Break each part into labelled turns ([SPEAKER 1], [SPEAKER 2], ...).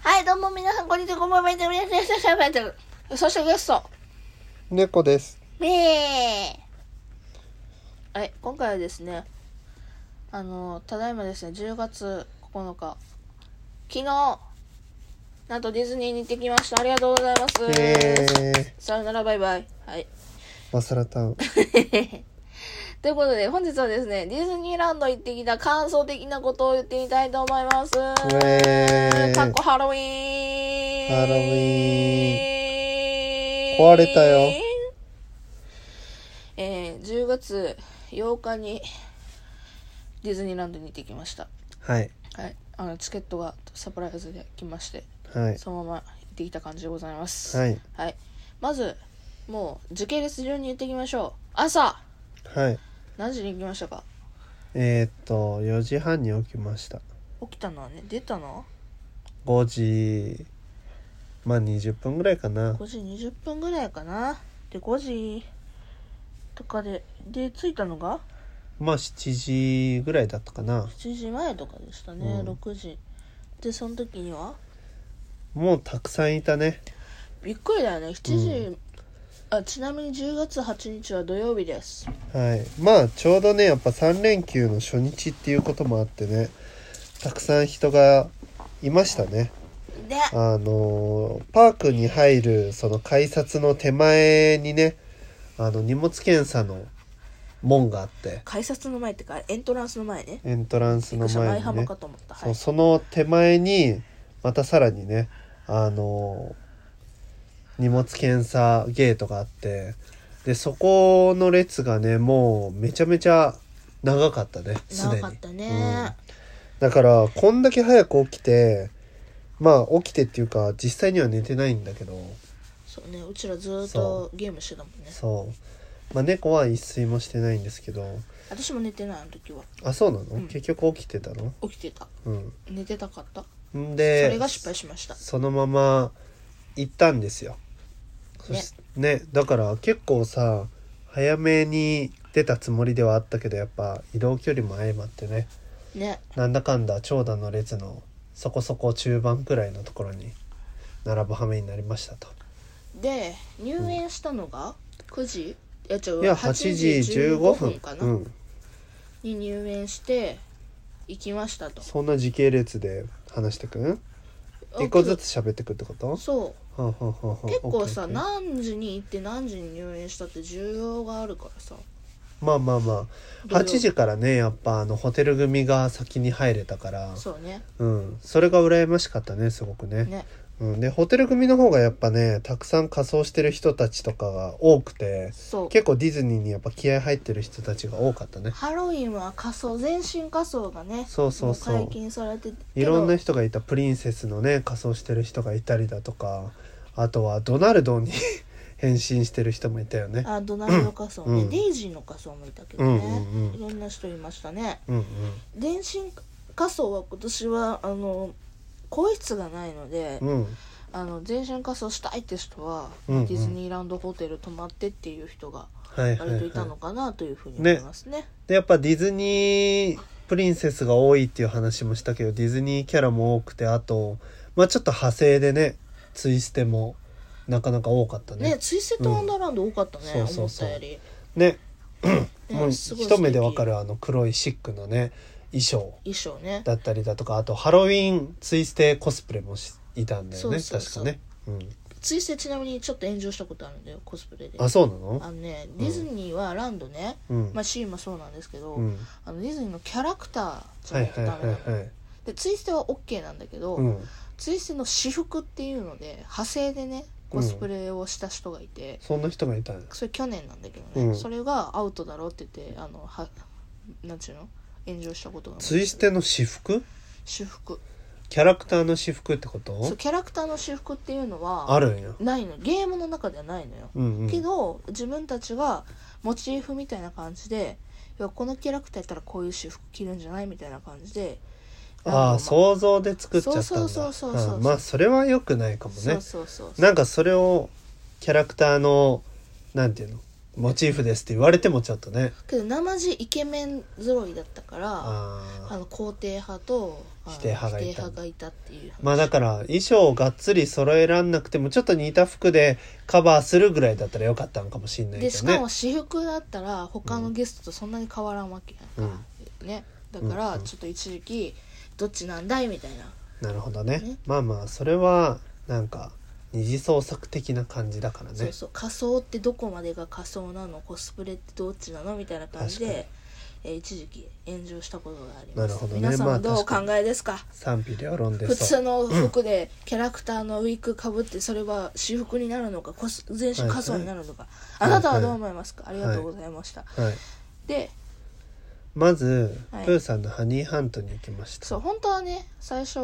[SPEAKER 1] はい、どうも皆さん、こんにちは、こんばんは、いらっしゃい、いらっしゃい、いらっしゃい。そしてゲスト、
[SPEAKER 2] 猫です。
[SPEAKER 1] ねえ。はい、今回はですね、あの、ただいまですね、10月9日、昨日、なんとディズニーに行ってきました。ありがとうございま
[SPEAKER 2] え
[SPEAKER 1] す。
[SPEAKER 2] ー、
[SPEAKER 1] さよなら、バイバイ。はい。
[SPEAKER 2] マサラタウン。
[SPEAKER 1] ということで、本日はですね、ディズニーランド行ってきた感想的なことを言ってみたいと思います。
[SPEAKER 2] えー
[SPEAKER 1] かっこハロウィーン。
[SPEAKER 2] ハロウィーン壊れたよ。
[SPEAKER 1] えー、10月8日にディズニーランドに行ってきました。
[SPEAKER 2] はい。
[SPEAKER 1] はい。あの、チケットがサプライズで来まして、
[SPEAKER 2] はい。
[SPEAKER 1] そのまま行ってきた感じでございます。
[SPEAKER 2] はい。
[SPEAKER 1] はい。まず、もう時系列順に言っていきましょう。朝、
[SPEAKER 2] はい。
[SPEAKER 1] 何時に行きましたか
[SPEAKER 2] えー、っと、4時半に起きました。
[SPEAKER 1] 起きたのはね、出たの
[SPEAKER 2] 5時、まあ20分ぐらいかな。
[SPEAKER 1] 5時20分ぐらいかなで5時とかでで着いたのが
[SPEAKER 2] まあ7時ぐらいだったかな。
[SPEAKER 1] 7時前とかでしたね、
[SPEAKER 2] うん
[SPEAKER 1] 6時でその時には
[SPEAKER 2] もうたくさんいたね。
[SPEAKER 1] びっくりだよね7時、あちなみに10月8日は土曜日です
[SPEAKER 2] はい。まあちょうどね、やっぱ3連休の初日っていうこともあってね、たくさん人がいましたね。
[SPEAKER 1] で
[SPEAKER 2] あのーパークに入るその改札の手前にねあの荷物検査の門があって
[SPEAKER 1] 改札の前ってかエントランスの前ね
[SPEAKER 2] エントランスの前
[SPEAKER 1] 前
[SPEAKER 2] に
[SPEAKER 1] 浜
[SPEAKER 2] ね
[SPEAKER 1] かと思ったは
[SPEAKER 2] そ
[SPEAKER 1] いう
[SPEAKER 2] その手前にまたさらにねあのー荷物検査ゲートがあってでそこの列がねもうめちゃめちゃ長かったねす
[SPEAKER 1] 長
[SPEAKER 2] でに
[SPEAKER 1] かったね、
[SPEAKER 2] だからこんだけ早く起きてまあ起きてっていうか実際には寝てないんだけど
[SPEAKER 1] そうねうちらずーっ
[SPEAKER 2] そ
[SPEAKER 1] とゲームしてたもんね
[SPEAKER 2] そう、まあ、猫は一睡もしてないんですけど
[SPEAKER 1] 私も寝てないあの時は
[SPEAKER 2] あそうなの、
[SPEAKER 1] うん
[SPEAKER 2] 結局起きてたの
[SPEAKER 1] 起きてた
[SPEAKER 2] う
[SPEAKER 1] 寝てたかった
[SPEAKER 2] ん
[SPEAKER 1] そ
[SPEAKER 2] で
[SPEAKER 1] れが失敗しました
[SPEAKER 2] そのまま行ったんですよそしねだから結構さ早めに出たつもりではあったけどやっぱ移動距離も相まってね
[SPEAKER 1] ね
[SPEAKER 2] なんだかんだ長蛇の列のそこそこ中盤くらいのところに並ぶ羽目になりましたと
[SPEAKER 1] で入園したのが9時、いや違う
[SPEAKER 2] いや
[SPEAKER 1] 8
[SPEAKER 2] 8
[SPEAKER 1] 時
[SPEAKER 2] 時
[SPEAKER 1] 15
[SPEAKER 2] 15分
[SPEAKER 1] 分かな、
[SPEAKER 2] うん、
[SPEAKER 1] に入園して行きましたと
[SPEAKER 2] そんな時系列で話してくん一個ずつ喋ってくってこと
[SPEAKER 1] そ
[SPEAKER 2] はあはあはあ
[SPEAKER 1] う結構さ
[SPEAKER 2] オッケーオッケー
[SPEAKER 1] 何時に行って何時に入園したって需要があるからさ
[SPEAKER 2] まあまあまあ8時からねやっぱあのホテル組が先に入れたから
[SPEAKER 1] そうね
[SPEAKER 2] うん、それが羨ましかったねすごくね
[SPEAKER 1] ね
[SPEAKER 2] うん、でホテル組の方がやっぱねたくさん仮装してる人たちとかが多くて
[SPEAKER 1] そう
[SPEAKER 2] 結構ディズニーにやっぱ気合入ってる人たちが多かったね
[SPEAKER 1] ハロウィンは仮装全身仮装がね
[SPEAKER 2] そうそうそう
[SPEAKER 1] も解禁されて
[SPEAKER 2] いろんな人がいたプリンセスのね仮装してる人がいたりだとかあとはドナルドに 変身してる人もいたよね
[SPEAKER 1] あドナルド仮装ね、
[SPEAKER 2] うん
[SPEAKER 1] デイジーの仮装もいたけどね、
[SPEAKER 2] うんうんうん
[SPEAKER 1] いろんな人いましたね
[SPEAKER 2] うんうん
[SPEAKER 1] 電信仮装は今年はあの更衣室がないので、
[SPEAKER 2] うん
[SPEAKER 1] あの全身仮装したいって人は、
[SPEAKER 2] うんうん
[SPEAKER 1] ディズニーランドホテル泊まってっていう人が
[SPEAKER 2] はいはい、
[SPEAKER 1] 割
[SPEAKER 2] は
[SPEAKER 1] と
[SPEAKER 2] い
[SPEAKER 1] い、たのかなというふうに思いますね。
[SPEAKER 2] でやっぱディズニープリンセスが多いっていう話もしたけどディズニーキャラも多くてあとまあちょっと派生でねツイステもなかなか多かった
[SPEAKER 1] ね
[SPEAKER 2] ね。
[SPEAKER 1] ツイステッドワンダーランド多かったね、
[SPEAKER 2] うんそうそうそう
[SPEAKER 1] 思ったよ
[SPEAKER 2] ね
[SPEAKER 1] り。
[SPEAKER 2] もう
[SPEAKER 1] ねすごい
[SPEAKER 2] 一目でわか
[SPEAKER 1] 素
[SPEAKER 2] るあの黒いシックのね衣装
[SPEAKER 1] 敵衣装ね。
[SPEAKER 2] だったりだとかあとハロウィンツイステコスプレもしいたんだよね
[SPEAKER 1] そうそうそう
[SPEAKER 2] 確かね。うん、
[SPEAKER 1] ツイステちなみにちょっと炎上したことあるんだよコスプレで。
[SPEAKER 2] あそうなの
[SPEAKER 1] あのねディズニーはランドね、
[SPEAKER 2] うん
[SPEAKER 1] まあシーンもそうなんですけど、
[SPEAKER 2] うん、
[SPEAKER 1] あのディズニーのキャラクターじゃ
[SPEAKER 2] は
[SPEAKER 1] ないいと
[SPEAKER 2] はい
[SPEAKER 1] ダメなの。
[SPEAKER 2] はいはい。
[SPEAKER 1] でツイステは OK なんだけど、
[SPEAKER 2] うん、
[SPEAKER 1] ツイステの私服っていうので派生でねコスプレをした人がいて、
[SPEAKER 2] そんな人がいたん
[SPEAKER 1] それ去年なんだけどね、
[SPEAKER 2] うん
[SPEAKER 1] それがアウトだろって言ってあのはなんちゅうの炎上したことがある
[SPEAKER 2] ツイステの私服
[SPEAKER 1] 私服
[SPEAKER 2] キャラクターの私服ってこ
[SPEAKER 1] そう
[SPEAKER 2] と
[SPEAKER 1] キャラクターの私服っていうの
[SPEAKER 2] あ
[SPEAKER 1] は
[SPEAKER 2] るんや。
[SPEAKER 1] ないのゲームの中ではないのよ、
[SPEAKER 2] うんうん、
[SPEAKER 1] けど自分たちがモチーフみたいな感じで要はこのキャラクターやったらこういう私服着るんじゃないみたいな感じで
[SPEAKER 2] あ
[SPEAKER 1] な
[SPEAKER 2] あ
[SPEAKER 1] んかま
[SPEAKER 2] 想像で作っちゃったんだ
[SPEAKER 1] そうそうそうそうそう
[SPEAKER 2] うんまあそれは良くないかも
[SPEAKER 1] そ
[SPEAKER 2] ね
[SPEAKER 1] うそうそうそう
[SPEAKER 2] なんかそれをキャラクターのなんていうのモチーフですって言われてもちょっとね
[SPEAKER 1] けどなまじイケメン揃いだったからあ
[SPEAKER 2] あー
[SPEAKER 1] の肯定派とあの
[SPEAKER 2] 否定派がい
[SPEAKER 1] 否
[SPEAKER 2] た
[SPEAKER 1] 定派がいたっていう
[SPEAKER 2] まあだから衣装をがっつり揃えらんなくてもちょっと似た服でカバーするぐらいだったらよかったのかもしれないけ
[SPEAKER 1] で
[SPEAKER 2] ど
[SPEAKER 1] し
[SPEAKER 2] ね
[SPEAKER 1] かも私服だったら他のゲストとそんなに変わらんわけやんか、ねだからちょっと一時期どっちなんだいみたいな
[SPEAKER 2] なるほどね
[SPEAKER 1] ね
[SPEAKER 2] まあまあそれはなんか二次創作的な感じだからね
[SPEAKER 1] そうそう仮装ってどこまでが仮装なのコスプレってどっちなのみたいな感じ
[SPEAKER 2] 確か
[SPEAKER 1] で、えー一時期炎上したことがあります
[SPEAKER 2] なるほどね
[SPEAKER 1] 皆さん
[SPEAKER 2] まあ
[SPEAKER 1] はどうお考
[SPEAKER 2] 確か
[SPEAKER 1] えですか,、
[SPEAKER 2] 賛否両論で
[SPEAKER 1] 普
[SPEAKER 2] そ
[SPEAKER 1] 通
[SPEAKER 2] う
[SPEAKER 1] の服でキャラクターのウィッグかぶってそれは私服になるのかコス全身仮装になるのか、
[SPEAKER 2] いは
[SPEAKER 1] あ
[SPEAKER 2] い
[SPEAKER 1] なたはどう思いますか、ありがとうございました、
[SPEAKER 2] はい、
[SPEAKER 1] で
[SPEAKER 2] まず、
[SPEAKER 1] はい
[SPEAKER 2] プーさんのハニーハントに行きました
[SPEAKER 1] そう本当はね最初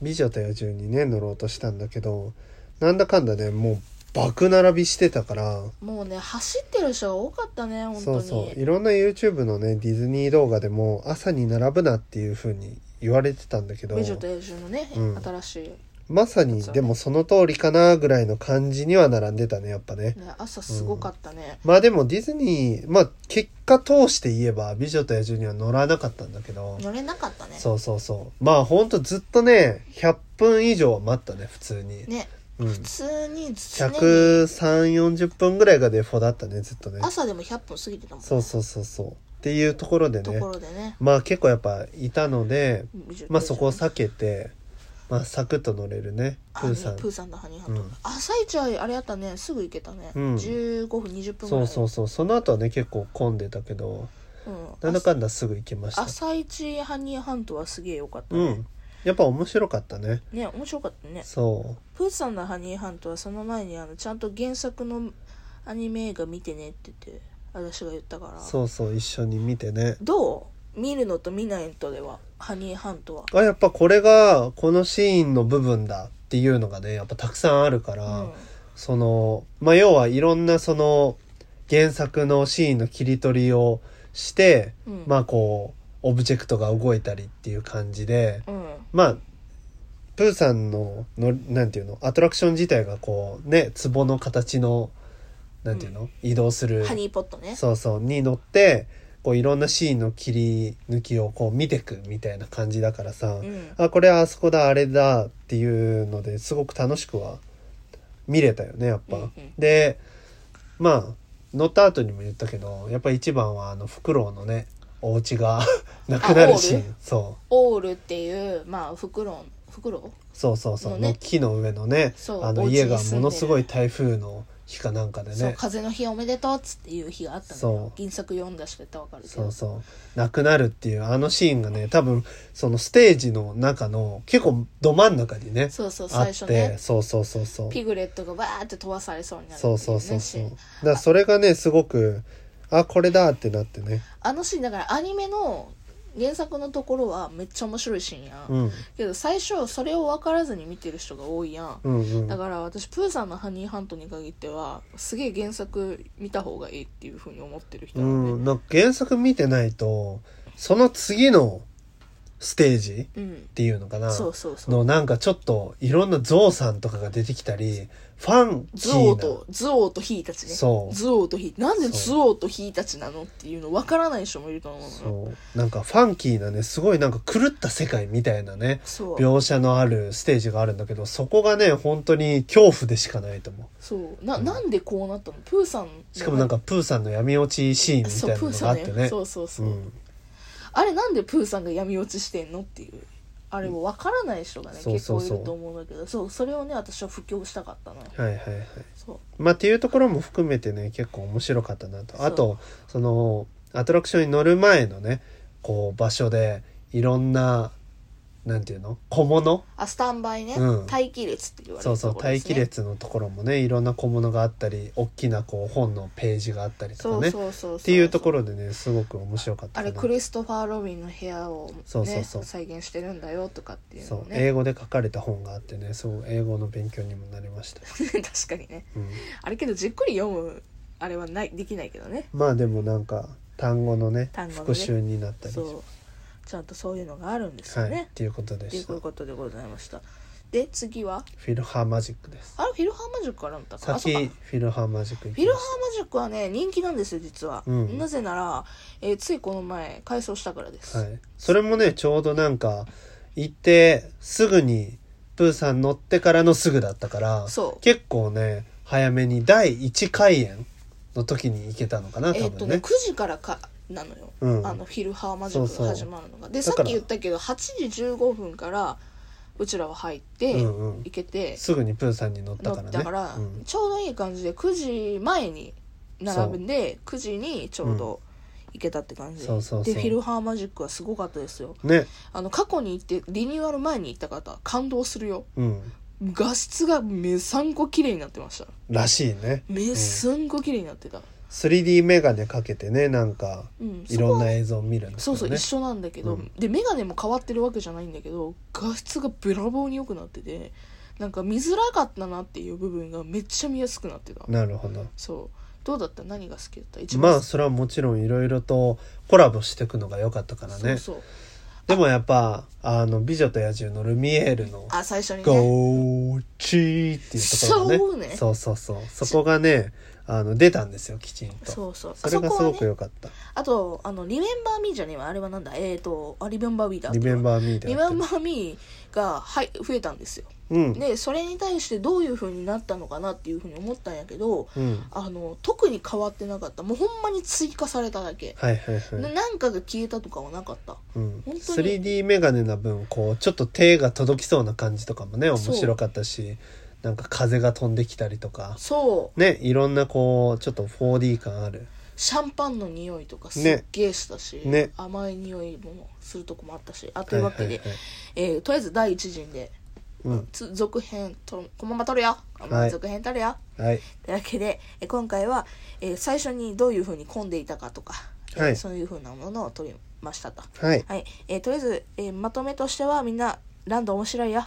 [SPEAKER 2] 美女と野獣にね乗ろうとしたんだけどなんだかんだねもう爆並びしてたから
[SPEAKER 1] もうね走ってる人が多かったね本当に
[SPEAKER 2] そうそういろんな YouTube のねディズニー動画でも朝に並ぶなっていう風に言われてたんだけど
[SPEAKER 1] 美女と野獣のね、
[SPEAKER 2] うん
[SPEAKER 1] 新しい、ね、
[SPEAKER 2] まさに
[SPEAKER 1] そうね
[SPEAKER 2] でもその通りかなぐらいの感じには並んでたねやっぱね
[SPEAKER 1] 朝すごかったね、
[SPEAKER 2] まあでもディズニーまあ結果通して言えば美女と野獣には乗らなかったんだけど
[SPEAKER 1] 乗れなかったね
[SPEAKER 2] そうそうそうまあほんとずっとね100分以上は待ったね普通に、
[SPEAKER 1] ね
[SPEAKER 2] うん、
[SPEAKER 1] 普通に常に
[SPEAKER 2] 13040分ぐらいがデフォだったねずっとね
[SPEAKER 1] 朝でも100分過ぎてたもんね
[SPEAKER 2] そうそうそうそうっていうところで
[SPEAKER 1] と
[SPEAKER 2] ね
[SPEAKER 1] ころでね
[SPEAKER 2] まあ結構やっぱいたので
[SPEAKER 1] 美女と野獣
[SPEAKER 2] まあそこを避けてまあサクッと乗れるね
[SPEAKER 1] あ
[SPEAKER 2] プーさん
[SPEAKER 1] プーさんとハニーハント、
[SPEAKER 2] うん
[SPEAKER 1] 朝一はあれやったねすぐ行けたね、
[SPEAKER 2] うん
[SPEAKER 1] 15分20分ぐ
[SPEAKER 2] そ
[SPEAKER 1] ら
[SPEAKER 2] う
[SPEAKER 1] い
[SPEAKER 2] そうそうその後はね結構混んでたけど
[SPEAKER 1] うん
[SPEAKER 2] なんだかんだすぐ行けました
[SPEAKER 1] 朝一ハニーハントはすげえよかった
[SPEAKER 2] う
[SPEAKER 1] ね、
[SPEAKER 2] んやっぱ面白かったね
[SPEAKER 1] ね面白かったね
[SPEAKER 2] そ
[SPEAKER 1] プーさんの「ハニーハント」はその前にあのちゃんと原作のアニメ映画見てねって言って私が言ったから
[SPEAKER 2] うそうそう一緒に見てね
[SPEAKER 1] どう見るのと見ないのとでは「ハニーハントは」
[SPEAKER 2] あやっぱこれがこのシーンの部分だっていうのがねやっぱたくさんあるから、
[SPEAKER 1] うん
[SPEAKER 2] そのまあ要はいろんなその原作のシーンの切り取りをして、
[SPEAKER 1] うん
[SPEAKER 2] まあこうオブジェクトが動いたりっていう感じで
[SPEAKER 1] うん
[SPEAKER 2] まあプーさんののなんていうのアトラクション自体がこうね壺の形のなんていうの、移動する
[SPEAKER 1] ハニーポットね
[SPEAKER 2] そうそうに乗ってこういろんなシーンの切り抜きをこう見てくみたいな感じだからさ、
[SPEAKER 1] うん
[SPEAKER 2] あこれはあそこだあれだっていうのですごく楽しくは見れたよねやっぱ。
[SPEAKER 1] うんうん
[SPEAKER 2] でまあ乗った後にも言ったけどやっぱ一番はあのフクロウのねお家が なくなるシ
[SPEAKER 1] あオ
[SPEAKER 2] ー
[SPEAKER 1] ー
[SPEAKER 2] ンそう
[SPEAKER 1] オールっていうまあフクロウフクロウ
[SPEAKER 2] そうそうそう、
[SPEAKER 1] のね
[SPEAKER 2] の木の上のね
[SPEAKER 1] そう
[SPEAKER 2] あ
[SPEAKER 1] お
[SPEAKER 2] の
[SPEAKER 1] 家に
[SPEAKER 2] 家が
[SPEAKER 1] 住ん
[SPEAKER 2] も
[SPEAKER 1] で
[SPEAKER 2] の
[SPEAKER 1] る
[SPEAKER 2] すごい台風の日かなんかで
[SPEAKER 1] そう
[SPEAKER 2] ね
[SPEAKER 1] 風の日おめでとうっつっていう日があった
[SPEAKER 2] そ
[SPEAKER 1] の
[SPEAKER 2] う
[SPEAKER 1] 銀作読んだしか言ったらわかるけ
[SPEAKER 2] そ
[SPEAKER 1] ど
[SPEAKER 2] うそうなくなるっていうあのシーンがね多分そのステージの中の結構ど真ん中にね
[SPEAKER 1] そうそう
[SPEAKER 2] あ
[SPEAKER 1] 最
[SPEAKER 2] っ
[SPEAKER 1] 初
[SPEAKER 2] て、
[SPEAKER 1] ね
[SPEAKER 2] そうそうそうそう
[SPEAKER 1] ピグレットがわーって飛ばされそうになるってい
[SPEAKER 2] そうそうそう
[SPEAKER 1] ね
[SPEAKER 2] そ
[SPEAKER 1] シ
[SPEAKER 2] う
[SPEAKER 1] ー
[SPEAKER 2] だ
[SPEAKER 1] ン
[SPEAKER 2] からそれがねすごくあこれだってなってね
[SPEAKER 1] あのシーンだからアニメの原作のところはめっちゃ面白いシーンやん、
[SPEAKER 2] うん
[SPEAKER 1] けど最初それを分からずに見てる人が多いやん、
[SPEAKER 2] うんう
[SPEAKER 1] だ
[SPEAKER 2] ん
[SPEAKER 1] から私プーさんの「ハニーハント」に限ってはすげえ原作見た方がいいっていうふうに思ってる人
[SPEAKER 2] う
[SPEAKER 1] なの
[SPEAKER 2] ん
[SPEAKER 1] ね
[SPEAKER 2] なんか原作見てないとその次のステージっ
[SPEAKER 1] うん、
[SPEAKER 2] ていうのかな
[SPEAKER 1] そうそうそう
[SPEAKER 2] のなんかちょっといろんなゾウさんとかが出てきたりファンキ
[SPEAKER 1] ズオ
[SPEAKER 2] ー
[SPEAKER 1] ー
[SPEAKER 2] な
[SPEAKER 1] とズオーとヒーたちね
[SPEAKER 2] そう
[SPEAKER 1] ズオーとヒーなんで
[SPEAKER 2] そう
[SPEAKER 1] ズオーとヒーたちなのっていうの分からない人もいると思うのよ
[SPEAKER 2] そうなんかファンキーなねすごいなんか狂った世界みたいなね
[SPEAKER 1] そうそう
[SPEAKER 2] 描写のあるステージがあるんだけどそこがね本当に恐怖でしかないと思う
[SPEAKER 1] ななんでこうなったのプーさんの
[SPEAKER 2] しかもなんかプーさんの闇落ちシーンみ
[SPEAKER 1] そ
[SPEAKER 2] た
[SPEAKER 1] う
[SPEAKER 2] いな
[SPEAKER 1] プー
[SPEAKER 2] のが
[SPEAKER 1] さ
[SPEAKER 2] あ
[SPEAKER 1] ん
[SPEAKER 2] っ
[SPEAKER 1] ね
[SPEAKER 2] てね
[SPEAKER 1] そうそうそう、
[SPEAKER 2] うん
[SPEAKER 1] あれなんでプーさんが闇落ちしてんのっていうあれも分からない人がね、
[SPEAKER 2] そう
[SPEAKER 1] 結
[SPEAKER 2] そう
[SPEAKER 1] 構
[SPEAKER 2] そう
[SPEAKER 1] いると思うんだけどそうそれをね私は布教したかったのよ
[SPEAKER 2] はいはいはい
[SPEAKER 1] そう
[SPEAKER 2] まあっていうところも含めてね結構面白かったなと
[SPEAKER 1] そう
[SPEAKER 2] あとそのアトラクションに乗る前のねこう場所でいろんななんていうの小物
[SPEAKER 1] あスタンバイね、
[SPEAKER 2] うん
[SPEAKER 1] 待機列って言われる
[SPEAKER 2] そうそう
[SPEAKER 1] ところで
[SPEAKER 2] 待
[SPEAKER 1] す
[SPEAKER 2] 機
[SPEAKER 1] ね
[SPEAKER 2] 列のところもねいろんな小物があったり大きなこう本のページがあったりとか
[SPEAKER 1] そう
[SPEAKER 2] ね
[SPEAKER 1] そうそうそう
[SPEAKER 2] っていうところでねすごく面白かった
[SPEAKER 1] あ
[SPEAKER 2] かな
[SPEAKER 1] れクリストファー・ロビンの部屋をね
[SPEAKER 2] そうそうそう
[SPEAKER 1] 再現してるんだよとかっていう
[SPEAKER 2] そ
[SPEAKER 1] の
[SPEAKER 2] う
[SPEAKER 1] をね
[SPEAKER 2] 英語で書かれた本があってねそう英語の勉強にもなりました、
[SPEAKER 1] 確かにね
[SPEAKER 2] うん、
[SPEAKER 1] あれけどじっくり読むあれはないできないけどね
[SPEAKER 2] まあでもなんか単語のね
[SPEAKER 1] 単語のね
[SPEAKER 2] 復習になったり
[SPEAKER 1] そうちゃんとそういうのがあるんですよ
[SPEAKER 2] はいっ
[SPEAKER 1] ね、
[SPEAKER 2] ていうことで
[SPEAKER 1] ってい
[SPEAKER 2] し
[SPEAKER 1] う
[SPEAKER 2] た
[SPEAKER 1] ことでございましたで次は
[SPEAKER 2] フィルハーマジックです
[SPEAKER 1] あれフィルハーマジックからだったかあそう
[SPEAKER 2] 先
[SPEAKER 1] か
[SPEAKER 2] フィルハーマジック行
[SPEAKER 1] フ
[SPEAKER 2] き
[SPEAKER 1] ィル
[SPEAKER 2] ま
[SPEAKER 1] ハ
[SPEAKER 2] し
[SPEAKER 1] ーマジックはね人気なんですよ実は、
[SPEAKER 2] うん
[SPEAKER 1] なぜなら、えーついこの前改装したからです、
[SPEAKER 2] たはいそれもねちょうどなんか行ってすぐにプーさん乗ってからのすぐだったから
[SPEAKER 1] そう
[SPEAKER 2] 結構ね早めに第1開演の時に行けたのかな
[SPEAKER 1] え
[SPEAKER 2] 多
[SPEAKER 1] っと
[SPEAKER 2] 分
[SPEAKER 1] ね
[SPEAKER 2] ね
[SPEAKER 1] 9時からかなのよ、
[SPEAKER 2] うん
[SPEAKER 1] あのフィルハーマジック
[SPEAKER 2] そうそう
[SPEAKER 1] が始まるのがで
[SPEAKER 2] だ
[SPEAKER 1] さ
[SPEAKER 2] から
[SPEAKER 1] っき言ったけど8時15分からうちらは入って、
[SPEAKER 2] うんうん
[SPEAKER 1] 行けて
[SPEAKER 2] すぐにプーさんに乗った
[SPEAKER 1] 乗
[SPEAKER 2] から
[SPEAKER 1] っ
[SPEAKER 2] ね
[SPEAKER 1] たから、
[SPEAKER 2] うん
[SPEAKER 1] ちょうどいい感じで9時前に並ぶんで9時にちょうど行けたって感じで、
[SPEAKER 2] そうそうそう
[SPEAKER 1] でフィルハーマジックはすごかったですよ
[SPEAKER 2] ね
[SPEAKER 1] あの過去に行ってリニューアル前に行った方感動するよ
[SPEAKER 2] うん
[SPEAKER 1] 画質がめさんこ綺麗になってました
[SPEAKER 2] らしいね
[SPEAKER 1] めすんこ綺麗になってた、
[SPEAKER 2] 3D メガネかけてねなんか
[SPEAKER 1] うん、
[SPEAKER 2] いろん
[SPEAKER 1] そこは
[SPEAKER 2] な映像を見るんです
[SPEAKER 1] そう
[SPEAKER 2] よ
[SPEAKER 1] そう、
[SPEAKER 2] ね
[SPEAKER 1] 一緒なんだけど、
[SPEAKER 2] うん
[SPEAKER 1] で眼鏡も変わってるわけじゃないんだけど画質がべらぼうに良くなっててなんか見づらかったなっていう部分がめっちゃ見やすくなってた、
[SPEAKER 2] なるほど
[SPEAKER 1] そうどうだった何が好きだった一番
[SPEAKER 2] まあそれはもちろんいろいろとコラボしていくのが良かったからね
[SPEAKER 1] そうそう
[SPEAKER 2] でもやっぱあの「美女と野獣」のルミエールの
[SPEAKER 1] あ最初
[SPEAKER 2] 「
[SPEAKER 1] にね
[SPEAKER 2] ゴーチー」っていうところが
[SPEAKER 1] そう
[SPEAKER 2] ね
[SPEAKER 1] ね
[SPEAKER 2] そうそうそうそこがねあの出たんですよきちんと
[SPEAKER 1] そうそう
[SPEAKER 2] それが
[SPEAKER 1] あ
[SPEAKER 2] す
[SPEAKER 1] そ
[SPEAKER 2] ご
[SPEAKER 1] こは
[SPEAKER 2] く
[SPEAKER 1] ね
[SPEAKER 2] 良かった
[SPEAKER 1] あとあの「リメンバー・ミー」じゃねえわあれはなんだえっ、ー、とあ「リメンバー・ミー」
[SPEAKER 2] 「
[SPEAKER 1] だ
[SPEAKER 2] リメンバー・ミー」で
[SPEAKER 1] リ
[SPEAKER 2] や
[SPEAKER 1] メ
[SPEAKER 2] って
[SPEAKER 1] ン
[SPEAKER 2] る
[SPEAKER 1] バー・ミーが、はい、増えたんですよ
[SPEAKER 2] うん
[SPEAKER 1] でそれに対してどういう風になったのかなっていう風に思ったんやけど
[SPEAKER 2] うん
[SPEAKER 1] あの特に変わってなかったもうほんまに追加されただけ、
[SPEAKER 2] はいはい
[SPEAKER 1] な
[SPEAKER 2] はい
[SPEAKER 1] なんかが消えたとかはなかった
[SPEAKER 2] うん
[SPEAKER 1] 当に
[SPEAKER 2] 3D メガネな分こうちょっと手が届きそうな感じとかもね面白かったしなんか風が飛んできたりとか
[SPEAKER 1] そう
[SPEAKER 2] ねいろんなこうちょっと 4D 感ある
[SPEAKER 1] シャンパンの匂いとかす
[SPEAKER 2] ね
[SPEAKER 1] っげえしたし、
[SPEAKER 2] ね
[SPEAKER 1] 甘い匂いもするとこもあったしあと
[SPEAKER 2] はいいう
[SPEAKER 1] わ
[SPEAKER 2] は
[SPEAKER 1] け
[SPEAKER 2] い
[SPEAKER 1] で、
[SPEAKER 2] はい
[SPEAKER 1] えーとりあえず第一陣で
[SPEAKER 2] うん
[SPEAKER 1] つ続編とろこのまま撮るよ、
[SPEAKER 2] はい
[SPEAKER 1] 続編撮るよ
[SPEAKER 2] はい
[SPEAKER 1] というわけで、えー今回は、えー最初にどういう風に混んでいたかとか、えー
[SPEAKER 2] はい
[SPEAKER 1] そういう風なものを撮りましたと
[SPEAKER 2] はい
[SPEAKER 1] はい、えーとりあえず、えーまとめとしてはみんなランド面白いよ